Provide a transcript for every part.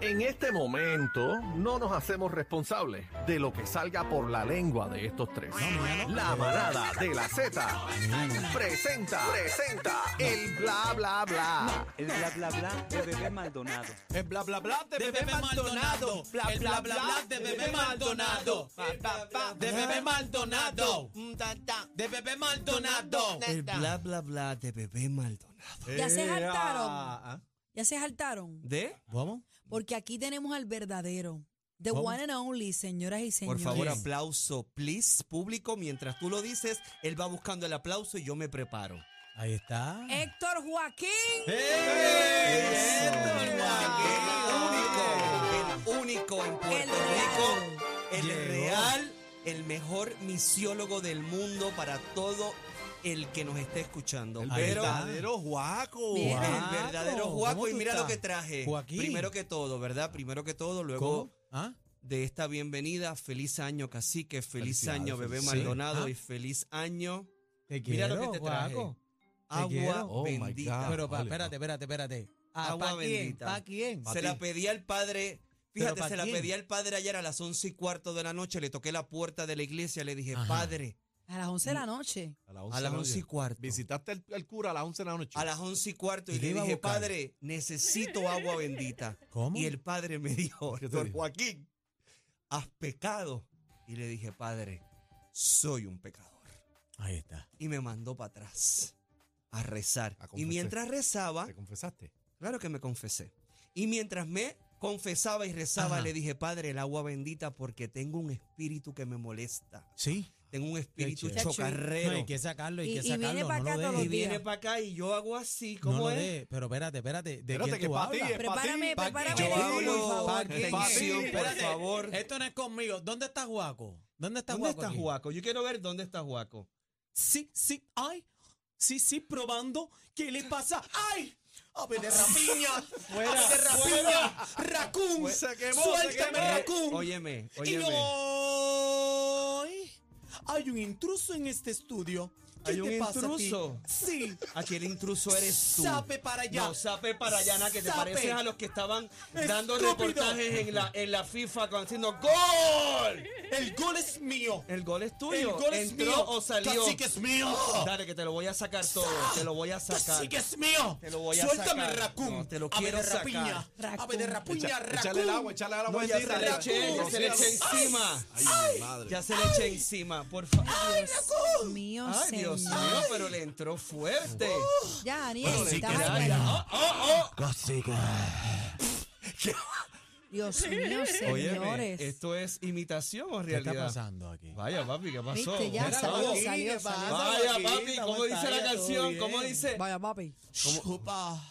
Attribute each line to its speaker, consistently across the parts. Speaker 1: En este momento no nos hacemos responsables de lo que salga por la lengua de estos tres. La manada de la Z presenta, presenta el bla bla bla.
Speaker 2: El bla bla bla de bebé Maldonado.
Speaker 3: El bla bla bla de,
Speaker 4: de
Speaker 3: bebé, Maldonado.
Speaker 4: Bla,
Speaker 3: El
Speaker 4: bla, bla, de bebé Maldonado. Pa, pa, pa, De bebé Maldonado. Mm, ta, ta, Mm, De bebé Maldonado.
Speaker 5: El bla bla bla de bebé Maldonado.
Speaker 6: Ya se
Speaker 3: Eh,
Speaker 6: hartaron.
Speaker 3: ah, ah.
Speaker 6: Ya se saltaron,
Speaker 5: ¿De?
Speaker 4: ¿Cómo?
Speaker 6: porque aquí tenemos al verdadero, the
Speaker 5: ¿Cómo?
Speaker 6: one and only, señoras y
Speaker 5: Por
Speaker 6: señores.
Speaker 5: favor, aplauso, please, público. Mientras tú lo dices, él va buscando el aplauso y yo me preparo.
Speaker 4: Ahí está.
Speaker 6: Héctor Joaquín.
Speaker 5: Eh. El único, el único en
Speaker 6: El
Speaker 5: Puerto
Speaker 6: real.
Speaker 5: Rico, el real, el mejor misiólogo del mundo para todo el que nos esté escuchando.
Speaker 3: El
Speaker 5: Pero-
Speaker 3: verdadero Juaco.
Speaker 6: Bien.
Speaker 5: El
Speaker 4: Guaco,
Speaker 5: verdadero
Speaker 4: ¿cómo
Speaker 5: Juaco, y
Speaker 4: tú
Speaker 5: mira
Speaker 4: estás?
Speaker 5: lo que traje.
Speaker 4: Joaquín.
Speaker 5: Primero que todo, ¿verdad? Primero que todo, luego
Speaker 4: ¿Cómo? ¿Ah?
Speaker 5: de esta bienvenida. Feliz año, cacique. Feliz
Speaker 3: Felicidades,
Speaker 5: año, bebé
Speaker 3: felicidades.
Speaker 5: Maldonado.
Speaker 4: Ah.
Speaker 5: Y feliz año,
Speaker 4: Te
Speaker 5: Mira lo
Speaker 4: quiero,
Speaker 5: que te traje.
Speaker 4: guaco.
Speaker 5: agua
Speaker 4: quiero.
Speaker 3: Oh, my
Speaker 5: bendita.
Speaker 3: God.
Speaker 4: Pero pa-
Speaker 3: Ole,
Speaker 4: espérate, espérate, espérate. Ah,
Speaker 5: Agua
Speaker 4: ¿pa' quién?
Speaker 5: bendita.
Speaker 4: ¿Pa' quién?
Speaker 5: se la pedí al padre.
Speaker 4: ¿Pero
Speaker 5: Fíjate,
Speaker 4: pa'
Speaker 5: se la
Speaker 4: quién?
Speaker 5: pedí al padre ayer a las once y cuarto de la noche. Le toqué la puerta de la iglesia. Le dije,
Speaker 4: Ajá.
Speaker 5: padre,
Speaker 6: A las 11 de la noche.
Speaker 3: A las
Speaker 5: a las once y cuarto.
Speaker 3: Visitaste al, al cura a las 11 de la noche.
Speaker 5: A las once y cuarto.
Speaker 4: ¿Y
Speaker 5: Y
Speaker 4: qué
Speaker 5: le
Speaker 4: iba a
Speaker 5: dije,
Speaker 4: buscar?
Speaker 5: padre, necesito agua bendita.
Speaker 4: ¿Cómo?
Speaker 5: Y el padre me dijo,
Speaker 3: ¿Qué te
Speaker 5: Don
Speaker 3: dijo?
Speaker 5: Joaquín, has pecado. Y le dije, padre, soy un pecador.
Speaker 4: Ahí está.
Speaker 5: Y me mandó para atrás a rezar.
Speaker 3: A
Speaker 5: y
Speaker 3: confesar.
Speaker 5: mientras rezaba,
Speaker 3: ¿Te confesaste?
Speaker 5: claro que me confesé. Y mientras me confesaba y rezaba,
Speaker 4: Ajá.
Speaker 5: le dije, padre, el agua bendita porque tengo un espíritu que me molesta.
Speaker 4: Sí.
Speaker 5: Tengo un espíritu
Speaker 4: chévere. No,
Speaker 5: chocarrero.
Speaker 4: hay que sacarlo, hay
Speaker 6: Y-
Speaker 4: que
Speaker 6: y
Speaker 4: sacarlo.
Speaker 6: viene pa'
Speaker 4: no
Speaker 6: acá
Speaker 4: lo
Speaker 6: todos
Speaker 5: y
Speaker 4: dejes.
Speaker 6: los días.
Speaker 5: viene para acá y yo hago así,
Speaker 4: No
Speaker 5: ¿cómo
Speaker 4: lo
Speaker 5: es?
Speaker 4: dejes, Pero espérate, espérate. ¿De
Speaker 3: Espérate,
Speaker 4: quién
Speaker 3: que
Speaker 4: tú
Speaker 3: pa' ti
Speaker 4: hablas?
Speaker 3: es pa'
Speaker 6: Prepárame,
Speaker 3: ti.
Speaker 5: Pa' que yo
Speaker 6: prepárame. el Héctor, por
Speaker 5: hablo,
Speaker 6: favor.
Speaker 3: que pa' ti.
Speaker 5: atención, por
Speaker 3: Espérate.
Speaker 5: favor.
Speaker 4: Esto no es conmigo. ¿Dónde está Guaco? ¿Dónde está
Speaker 5: ¿Dónde
Speaker 4: Guaco?
Speaker 5: está
Speaker 4: aquí?
Speaker 5: Juaco? Yo quiero ver dónde está Juaco.
Speaker 4: Sí, sí, ay. Sí, sí, probando. ¿Qué le pasa? ¡Ay! ¡Ave de rapiña! ¡Ave de rapiña! ¡Racún!
Speaker 3: Se quemó,
Speaker 4: ¡Suéltame,
Speaker 3: se quemó.
Speaker 4: Racún!
Speaker 5: Eh, Óyeme,
Speaker 4: Y
Speaker 5: óyeme.
Speaker 4: hoy hay un intruso en este estudio. ¿Qué
Speaker 5: ¿Hay
Speaker 4: te
Speaker 5: un
Speaker 4: pasa a ti?
Speaker 5: intruso?
Speaker 4: Sí.
Speaker 5: Aquí el intruso eres tú.
Speaker 4: Sape para allá.
Speaker 5: No, sape para allá, na, que te
Speaker 4: Sape.
Speaker 5: pareces a los que estaban dando
Speaker 4: Estúpido.
Speaker 5: reportajes en la, en la FIFA con- haciendo ¡Gol!
Speaker 4: El gol es mío.
Speaker 5: El gol es tuyo.
Speaker 4: El gol es
Speaker 5: Entró
Speaker 4: mío.
Speaker 5: o salió.
Speaker 4: Así que es mío.
Speaker 5: Dale, que te lo voy a sacar todo. Te lo voy a sacar.
Speaker 4: Así que es mío.
Speaker 5: Te lo voy a
Speaker 4: Suéltame,
Speaker 5: sacar.
Speaker 4: Racún.
Speaker 5: No, te lo
Speaker 4: Ave
Speaker 5: quiero
Speaker 4: de rapiña.
Speaker 6: sacar.
Speaker 4: Ave de rapiña,
Speaker 3: Echa-
Speaker 4: Racún.
Speaker 3: Échale el agua, échale el agua.
Speaker 5: No, ya se le
Speaker 3: bendita.
Speaker 5: eché, Pues ya se le eché
Speaker 4: Ay.
Speaker 5: encima.
Speaker 3: Ay, mi madre.
Speaker 5: Ya se le eché encima, por favor.
Speaker 6: Dios mío,
Speaker 5: Ay,
Speaker 6: señor.
Speaker 5: Dios mío, pero le entró fuerte.
Speaker 6: Ya, Daniel,
Speaker 3: Bueno, le
Speaker 6: estás
Speaker 3: queda
Speaker 6: ahí.
Speaker 3: ya.
Speaker 5: Oh, oh,
Speaker 6: Dios mío,
Speaker 5: oh. Óyeme,
Speaker 6: señores.
Speaker 5: esto es imitación o
Speaker 4: ¿Qué está
Speaker 5: realidad.
Speaker 4: pasando aquí?
Speaker 5: Vaya, papi, ¿qué pasó?
Speaker 6: Viste, ya
Speaker 5: Mira,
Speaker 6: salió,
Speaker 5: vamos.
Speaker 6: salió, salió.
Speaker 5: Vaya, papi, ¿cómo dice la canción? ¿Cómo
Speaker 4: dice?
Speaker 5: dice?
Speaker 6: Vaya, papi.
Speaker 4: Chupa.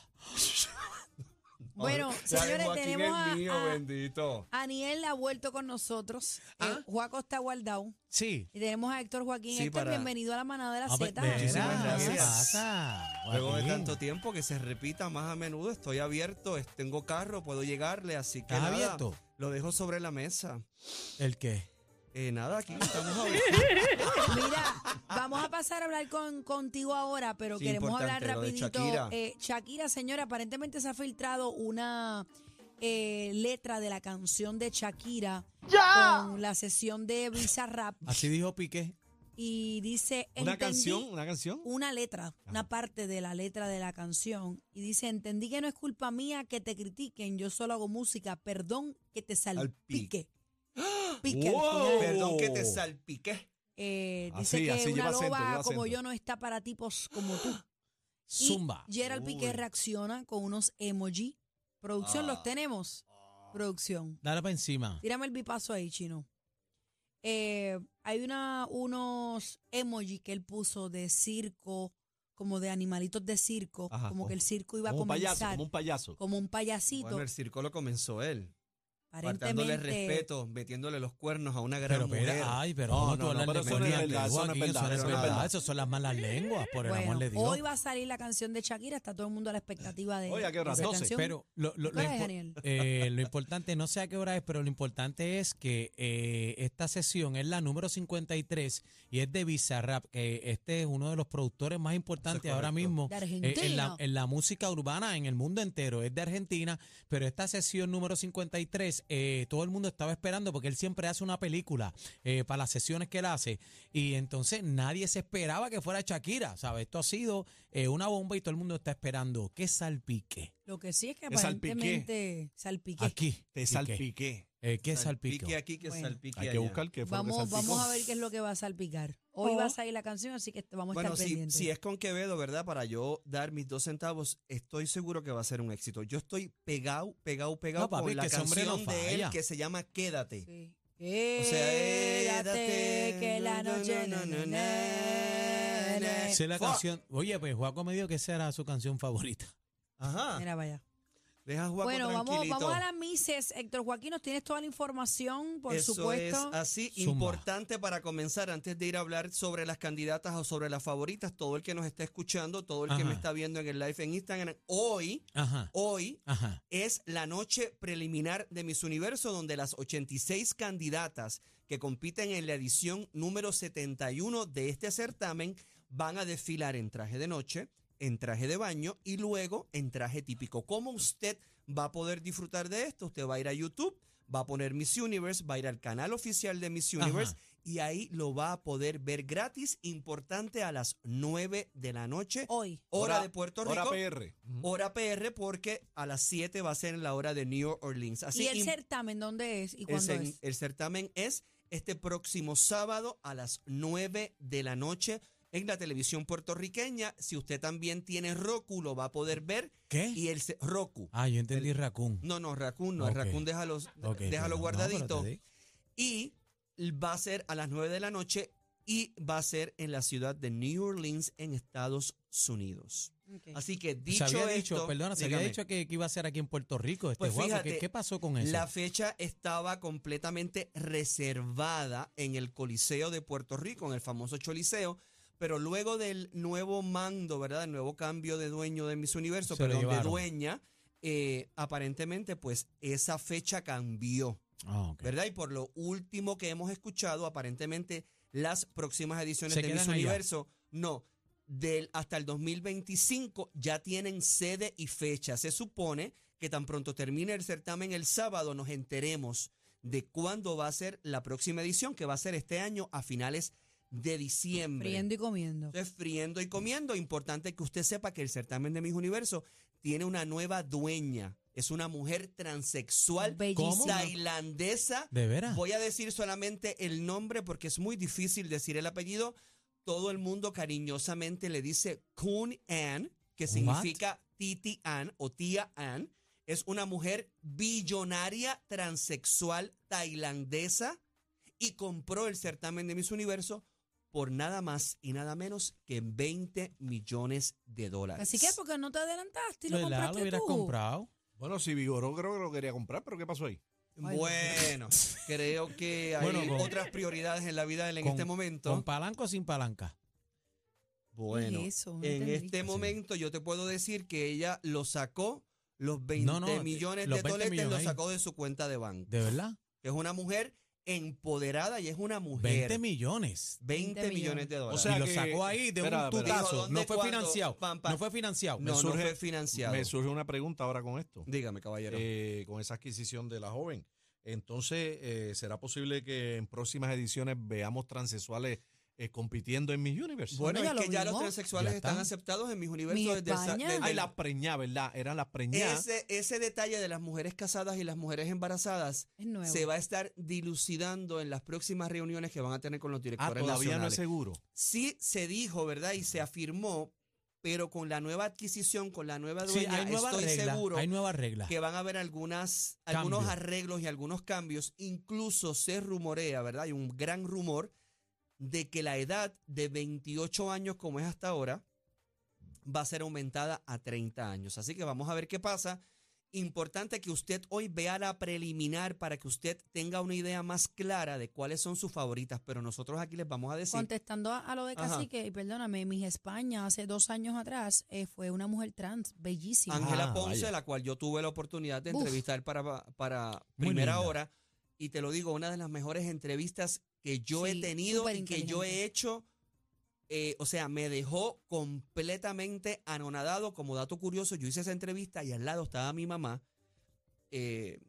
Speaker 6: Bueno,
Speaker 5: Ya,
Speaker 6: señores,
Speaker 5: Joaquín
Speaker 6: tenemos
Speaker 5: es
Speaker 6: a,
Speaker 5: mío,
Speaker 6: a-
Speaker 5: bendito.
Speaker 6: Aniel ha vuelto con nosotros. Eh,
Speaker 4: Ah.
Speaker 6: Juaco está guardado.
Speaker 4: Sí.
Speaker 6: Y tenemos a Héctor Joaquín.
Speaker 5: Sí,
Speaker 6: Héctor,
Speaker 5: para-
Speaker 6: bienvenido a la manada de la
Speaker 4: Ah, pues,
Speaker 6: Z.
Speaker 4: verá,
Speaker 5: Muchísimas
Speaker 4: ¿Qué
Speaker 5: gracias.
Speaker 4: pasa?
Speaker 5: Luego de
Speaker 4: Joaquín?
Speaker 5: tanto tiempo que se repita más a menudo, estoy abierto, es- tengo carro, puedo llegarle, así que
Speaker 4: ¿Estás
Speaker 5: nada,
Speaker 4: abierto?
Speaker 5: lo dejo sobre la mesa.
Speaker 4: ¿El qué?
Speaker 5: Eh, nada, aquí estamos abiertos.
Speaker 6: Mira, vamos a pasar a hablar con, contigo ahora, pero
Speaker 5: Sí,
Speaker 6: queremos hablar
Speaker 5: importante, lo de
Speaker 6: rapidito.
Speaker 5: Shakira.
Speaker 6: Eh, Shakira, señora, aparentemente se ha filtrado una eh, letra de la canción de Shakira con la sesión de Bizarrap
Speaker 4: Así dijo Piqué.
Speaker 6: y dice
Speaker 3: Una
Speaker 6: entendí
Speaker 3: canción, una canción.
Speaker 6: una letra, una parte de la letra de la canción y dice entendí que no es culpa mía que te critiquen, yo solo hago música, perdón que te salpique. Pique al
Speaker 3: Wow.
Speaker 6: final.
Speaker 5: Perdón que te salpiqué.
Speaker 6: Eh,
Speaker 3: Así,
Speaker 6: dice que
Speaker 3: así, lleva
Speaker 6: una
Speaker 3: acento,
Speaker 6: loba
Speaker 3: lleva
Speaker 6: como
Speaker 3: acento.
Speaker 6: yo no está para tipos como tú. Y
Speaker 4: Zumba.
Speaker 6: Gerald Piqué reacciona con unos emoji. Producción,
Speaker 3: Ah.
Speaker 6: los tenemos. Producción.
Speaker 4: Dale para encima.
Speaker 6: Tírame el bipaso ahí, chino. Eh, hay una, unos emoji que él puso de circo, como de animalitos de circo,
Speaker 3: Ajá,
Speaker 6: como que el circo iba a
Speaker 3: Como un
Speaker 6: comenzar,
Speaker 3: payaso, como un payaso.
Speaker 6: como un payasito.
Speaker 5: Bueno, el circo lo comenzó él. Faltándole
Speaker 6: Aparentemente.
Speaker 5: respeto, metiéndole los cuernos a una gran
Speaker 4: Pero
Speaker 5: mujer.
Speaker 4: mira, ay, pero
Speaker 3: No,
Speaker 4: ¿cómo
Speaker 3: no,
Speaker 4: tú
Speaker 3: no,
Speaker 4: hablas
Speaker 3: pero
Speaker 4: de
Speaker 3: eso no es
Speaker 4: Mónica
Speaker 3: verdad,
Speaker 4: Andrés
Speaker 3: eso no es
Speaker 4: aquí? Eso no es
Speaker 3: verdad, eso no es
Speaker 4: verdad,
Speaker 3: verdad.
Speaker 4: eso son las malas lenguas, por el amor
Speaker 6: Bueno,
Speaker 4: de Dios.
Speaker 6: hoy va a salir la canción de Shakira, está todo el mundo a la expectativa de,
Speaker 3: Oye, ¿a qué hora?
Speaker 6: de esa
Speaker 3: 12,
Speaker 6: canción.
Speaker 4: Pero lo, lo- lo
Speaker 6: ¿Cuál es,
Speaker 4: impo-
Speaker 6: Daniel?
Speaker 4: eh, lo importante, no sé a qué hora es, pero lo importante es que eh, esta sesión es la número 53 y es de Bizarrap, que este es uno de los productores más importantes ahora mismo
Speaker 6: De
Speaker 4: eh, en, la,
Speaker 6: Argentina.
Speaker 4: en la música urbana en el mundo entero, es de Argentina, pero esta sesión número 53 eh, todo el mundo estaba esperando porque él siempre hace una película eh, para las sesiones que él hace y entonces nadie se esperaba que fuera Shakira, ¿sabes? Esto ha sido eh, una bomba y todo el mundo está esperando que salpique
Speaker 6: Lo que sí es que
Speaker 3: Te salpiqué.
Speaker 6: aparentemente salpiqué.
Speaker 4: aquí.
Speaker 3: Te salpiqué.
Speaker 4: Eh, ¿Qué salpico?
Speaker 5: Salpique aquí, que
Speaker 6: Bueno.
Speaker 5: salpique
Speaker 3: Hay que
Speaker 5: allá.
Speaker 3: buscar qué fue lo que
Speaker 6: Vamos,
Speaker 3: salpicó.
Speaker 6: vamos a ver qué es lo que va a salpicar. Hoy
Speaker 4: Oh.
Speaker 6: va a salir la canción, así que est- vamos a
Speaker 5: Bueno,
Speaker 6: estar
Speaker 5: si,
Speaker 6: pendientes.
Speaker 5: si es con Quevedo, ¿verdad? Para yo dar mis dos centavos, estoy seguro que va a ser un éxito. Yo estoy pegado, pegado, pegado
Speaker 4: No, papi,
Speaker 5: con la
Speaker 4: que ese hombre
Speaker 5: canción
Speaker 4: no
Speaker 5: de él
Speaker 4: falla.
Speaker 5: que se llama Quédate.
Speaker 6: Sí.
Speaker 5: O sea,
Speaker 6: Quédate, que la noche...
Speaker 5: na, na, na,
Speaker 6: na, na, na.
Speaker 4: Sé la
Speaker 5: Fuck.
Speaker 4: canción. Oye, pues Juaco me dijo que esa era su canción favorita.
Speaker 5: Ajá.
Speaker 6: Mira, vaya.
Speaker 5: Deja a Juaco
Speaker 6: Bueno, vamos,
Speaker 5: tranquilito.
Speaker 6: vamos a las mises. Héctor Joaquín, nos tienes toda la información, por
Speaker 5: Eso
Speaker 6: supuesto.
Speaker 5: es así,
Speaker 4: Zumba.
Speaker 5: importante para comenzar, antes de ir a hablar sobre las candidatas o sobre las favoritas, todo el que nos está escuchando, todo el que
Speaker 4: Ajá.
Speaker 5: me está viendo en el live en Instagram, hoy,
Speaker 4: Ajá.
Speaker 5: hoy
Speaker 4: Ajá.
Speaker 5: es la noche preliminar de Miss Universo, donde las 86 candidatas que compiten en la edición número 71 de este certamen van a desfilar en traje de noche, en traje de baño y luego en traje típico. ¿Cómo usted va a poder disfrutar de esto? Usted va a ir a YouTube, va a poner Miss Universe, va a ir al canal oficial de Miss Universe
Speaker 4: Ajá.
Speaker 5: y ahí lo va a poder ver gratis, importante, a las 9 de la noche,
Speaker 6: Hoy.
Speaker 5: hora, de Puerto Rico
Speaker 3: Hora PR.
Speaker 5: hora PR porque a las 7 va a ser en la hora de New Orleans. Así
Speaker 6: ¿Y el
Speaker 5: im-
Speaker 6: certamen dónde es y
Speaker 5: el,
Speaker 6: cuándo
Speaker 5: cen-
Speaker 6: es?
Speaker 5: el certamen es este próximo sábado a las 9 de la noche en la televisión puertorriqueña. Si usted también tiene Roku, lo va a poder ver.
Speaker 4: ¿Qué?
Speaker 5: Y el ce- Roku.
Speaker 4: Ah, yo entendí Raccoon.
Speaker 5: No, no, Raccoon, no.
Speaker 4: Ok.
Speaker 5: Raccoon déjalo, déjalo
Speaker 4: Ok, perdón. No,
Speaker 5: guardadito.
Speaker 4: pero te digo.
Speaker 5: y va a ser a las 9 de la noche y va a ser en la ciudad de New Orleans en Estados Unidos.
Speaker 6: Ok.
Speaker 5: Así que
Speaker 4: se
Speaker 5: dicho
Speaker 4: había
Speaker 5: esto,
Speaker 4: dicho, perdona, se había
Speaker 5: dígame.
Speaker 4: dicho que, que iba a ser aquí en Puerto Rico este
Speaker 5: Pues
Speaker 4: Juaco. ¿Qué-
Speaker 5: fíjate,
Speaker 4: ¿Qué, pasó con eso?
Speaker 5: La fecha estaba completamente reservada en el Coliseo de Puerto Rico, en el famoso Choliseo, pero luego del nuevo mando, ¿verdad? El nuevo cambio de dueño de Miss Universo,
Speaker 4: Se lo
Speaker 5: perdón, de
Speaker 4: llevaron.
Speaker 5: dueña, eh, aparentemente pues esa fecha cambió,
Speaker 4: Ah, ok.
Speaker 5: ¿verdad? Y por lo último que hemos escuchado, aparentemente las próximas ediciones
Speaker 4: Se
Speaker 5: de Miss
Speaker 4: quedan allá.
Speaker 5: Universo, no, del, hasta el 2025 ya tienen sede y fecha. Se supone que tan pronto termine el certamen el sábado nos enteremos de cuándo va a ser la próxima edición, que va a ser este año a finales de diciembre.
Speaker 6: Friendo y comiendo.
Speaker 5: Entonces, friendo y comiendo. Importante que usted sepa que el certamen de Mis Universo tiene una nueva dueña. Es una mujer transexual
Speaker 6: Bellísima.
Speaker 5: tailandesa.
Speaker 4: ¿De veras?
Speaker 5: Voy a decir solamente el nombre porque es muy difícil decir el apellido. Todo el mundo cariñosamente le dice Kun Ann, que significa Titi Ann o tía Ann. Es una mujer billonaria transexual tailandesa y compró el certamen de Miss Universo por nada más y nada menos que 20 millones de dólares.
Speaker 6: Así que, porque no te adelantaste y lo
Speaker 4: ¿Verdad?
Speaker 6: compraste
Speaker 4: lo hubieras
Speaker 6: tú?
Speaker 4: comprado.
Speaker 3: Bueno, si Vigoró creo que lo quería comprar, pero ¿qué pasó ahí?
Speaker 5: Bueno, creo que hay
Speaker 4: Bueno, con-
Speaker 5: otras prioridades en la vida de él en
Speaker 4: con-
Speaker 5: este momento.
Speaker 4: ¿Con palanca o sin palanca?
Speaker 5: Bueno,
Speaker 6: ¿Qué es eso? No
Speaker 5: en
Speaker 6: entendí.
Speaker 5: este
Speaker 4: Sí.
Speaker 5: momento yo te puedo decir que ella lo sacó, los 20
Speaker 4: No,
Speaker 3: eh,
Speaker 4: no,
Speaker 5: millones
Speaker 4: los
Speaker 5: de
Speaker 4: 20
Speaker 5: dólares
Speaker 4: millones
Speaker 5: los
Speaker 4: ahí.
Speaker 5: sacó de su cuenta de banco.
Speaker 4: ¿De verdad?
Speaker 5: Es una mujer empoderada y es una
Speaker 4: 20
Speaker 5: mujer. 20,
Speaker 4: millones.
Speaker 5: 20 millones.
Speaker 6: millones.
Speaker 5: de dólares.
Speaker 3: O sea
Speaker 4: y lo
Speaker 3: que-
Speaker 4: sacó ahí de
Speaker 3: espera,
Speaker 4: un
Speaker 3: espera.
Speaker 5: Dijo,
Speaker 4: tutazo.
Speaker 5: ¿dónde,
Speaker 4: No fue
Speaker 5: cuándo?
Speaker 4: financiado.
Speaker 5: Pam, pam.
Speaker 4: No fue financiado.
Speaker 5: no, no
Speaker 3: surge-
Speaker 5: fue financiado.
Speaker 3: Me surge una pregunta ahora con esto.
Speaker 5: Dígame, caballero.
Speaker 3: Eh, con esa adquisición de la joven. Entonces, eh, ¿será posible que en próximas ediciones veamos transexuales eh, compitiendo en Miss Universe?
Speaker 5: bueno, es
Speaker 6: ya
Speaker 5: que
Speaker 6: lo
Speaker 5: ya
Speaker 6: vimos.
Speaker 5: los transexuales
Speaker 4: Ya
Speaker 5: están.
Speaker 4: están.
Speaker 5: aceptados en mis
Speaker 6: Ni
Speaker 5: universos desde, esa-
Speaker 6: España.
Speaker 5: desde
Speaker 3: Ay, la preñá, ¿verdad? Era la preñá.
Speaker 5: ese, ese detalle de las mujeres casadas y las mujeres embarazadas
Speaker 6: Es nuevo.
Speaker 5: se va a estar dilucidando en las próximas reuniones que van a tener con los
Speaker 3: Ah,
Speaker 5: directores
Speaker 3: todavía no es
Speaker 5: nacionales.
Speaker 3: seguro.
Speaker 5: sí se dijo, ¿verdad? Y se afirmó, pero con la nueva adquisición, con la nueva
Speaker 4: Sí,
Speaker 5: dueña,
Speaker 4: hay nuevas
Speaker 5: estoy
Speaker 4: reglas.
Speaker 5: seguro
Speaker 4: Hay nuevas reglas.
Speaker 5: que van a haber algunas,
Speaker 4: Cambios.
Speaker 5: algunos arreglos y algunos cambios. Incluso se rumorea, ¿verdad? Hay un gran rumor de que la edad de 28 años, como es hasta ahora, va a ser aumentada a 30 años. Así que vamos a ver qué pasa. Importante que usted hoy vea la preliminar para que usted tenga una idea más clara de cuáles son sus favoritas, pero nosotros aquí les vamos a decir.
Speaker 6: Contestando a, a lo de
Speaker 5: Ajá.
Speaker 6: Cacique, y perdóname, Miss España hace dos años atrás eh, fue una mujer trans, bellísima.
Speaker 5: Ángela
Speaker 3: Ah,
Speaker 5: Ponce,
Speaker 3: vaya.
Speaker 5: la cual yo tuve la oportunidad de
Speaker 6: Uf.
Speaker 5: entrevistar para, para
Speaker 4: Muy
Speaker 5: primera
Speaker 4: linda.
Speaker 5: hora. Y te lo digo, una de las mejores entrevistas que yo he
Speaker 6: Sí,
Speaker 5: tenido y que
Speaker 6: superinteligente.
Speaker 5: yo he hecho. eh, o sea, me dejó completamente anonadado. Como dato curioso, yo hice esa entrevista y al lado estaba mi mamá. eh,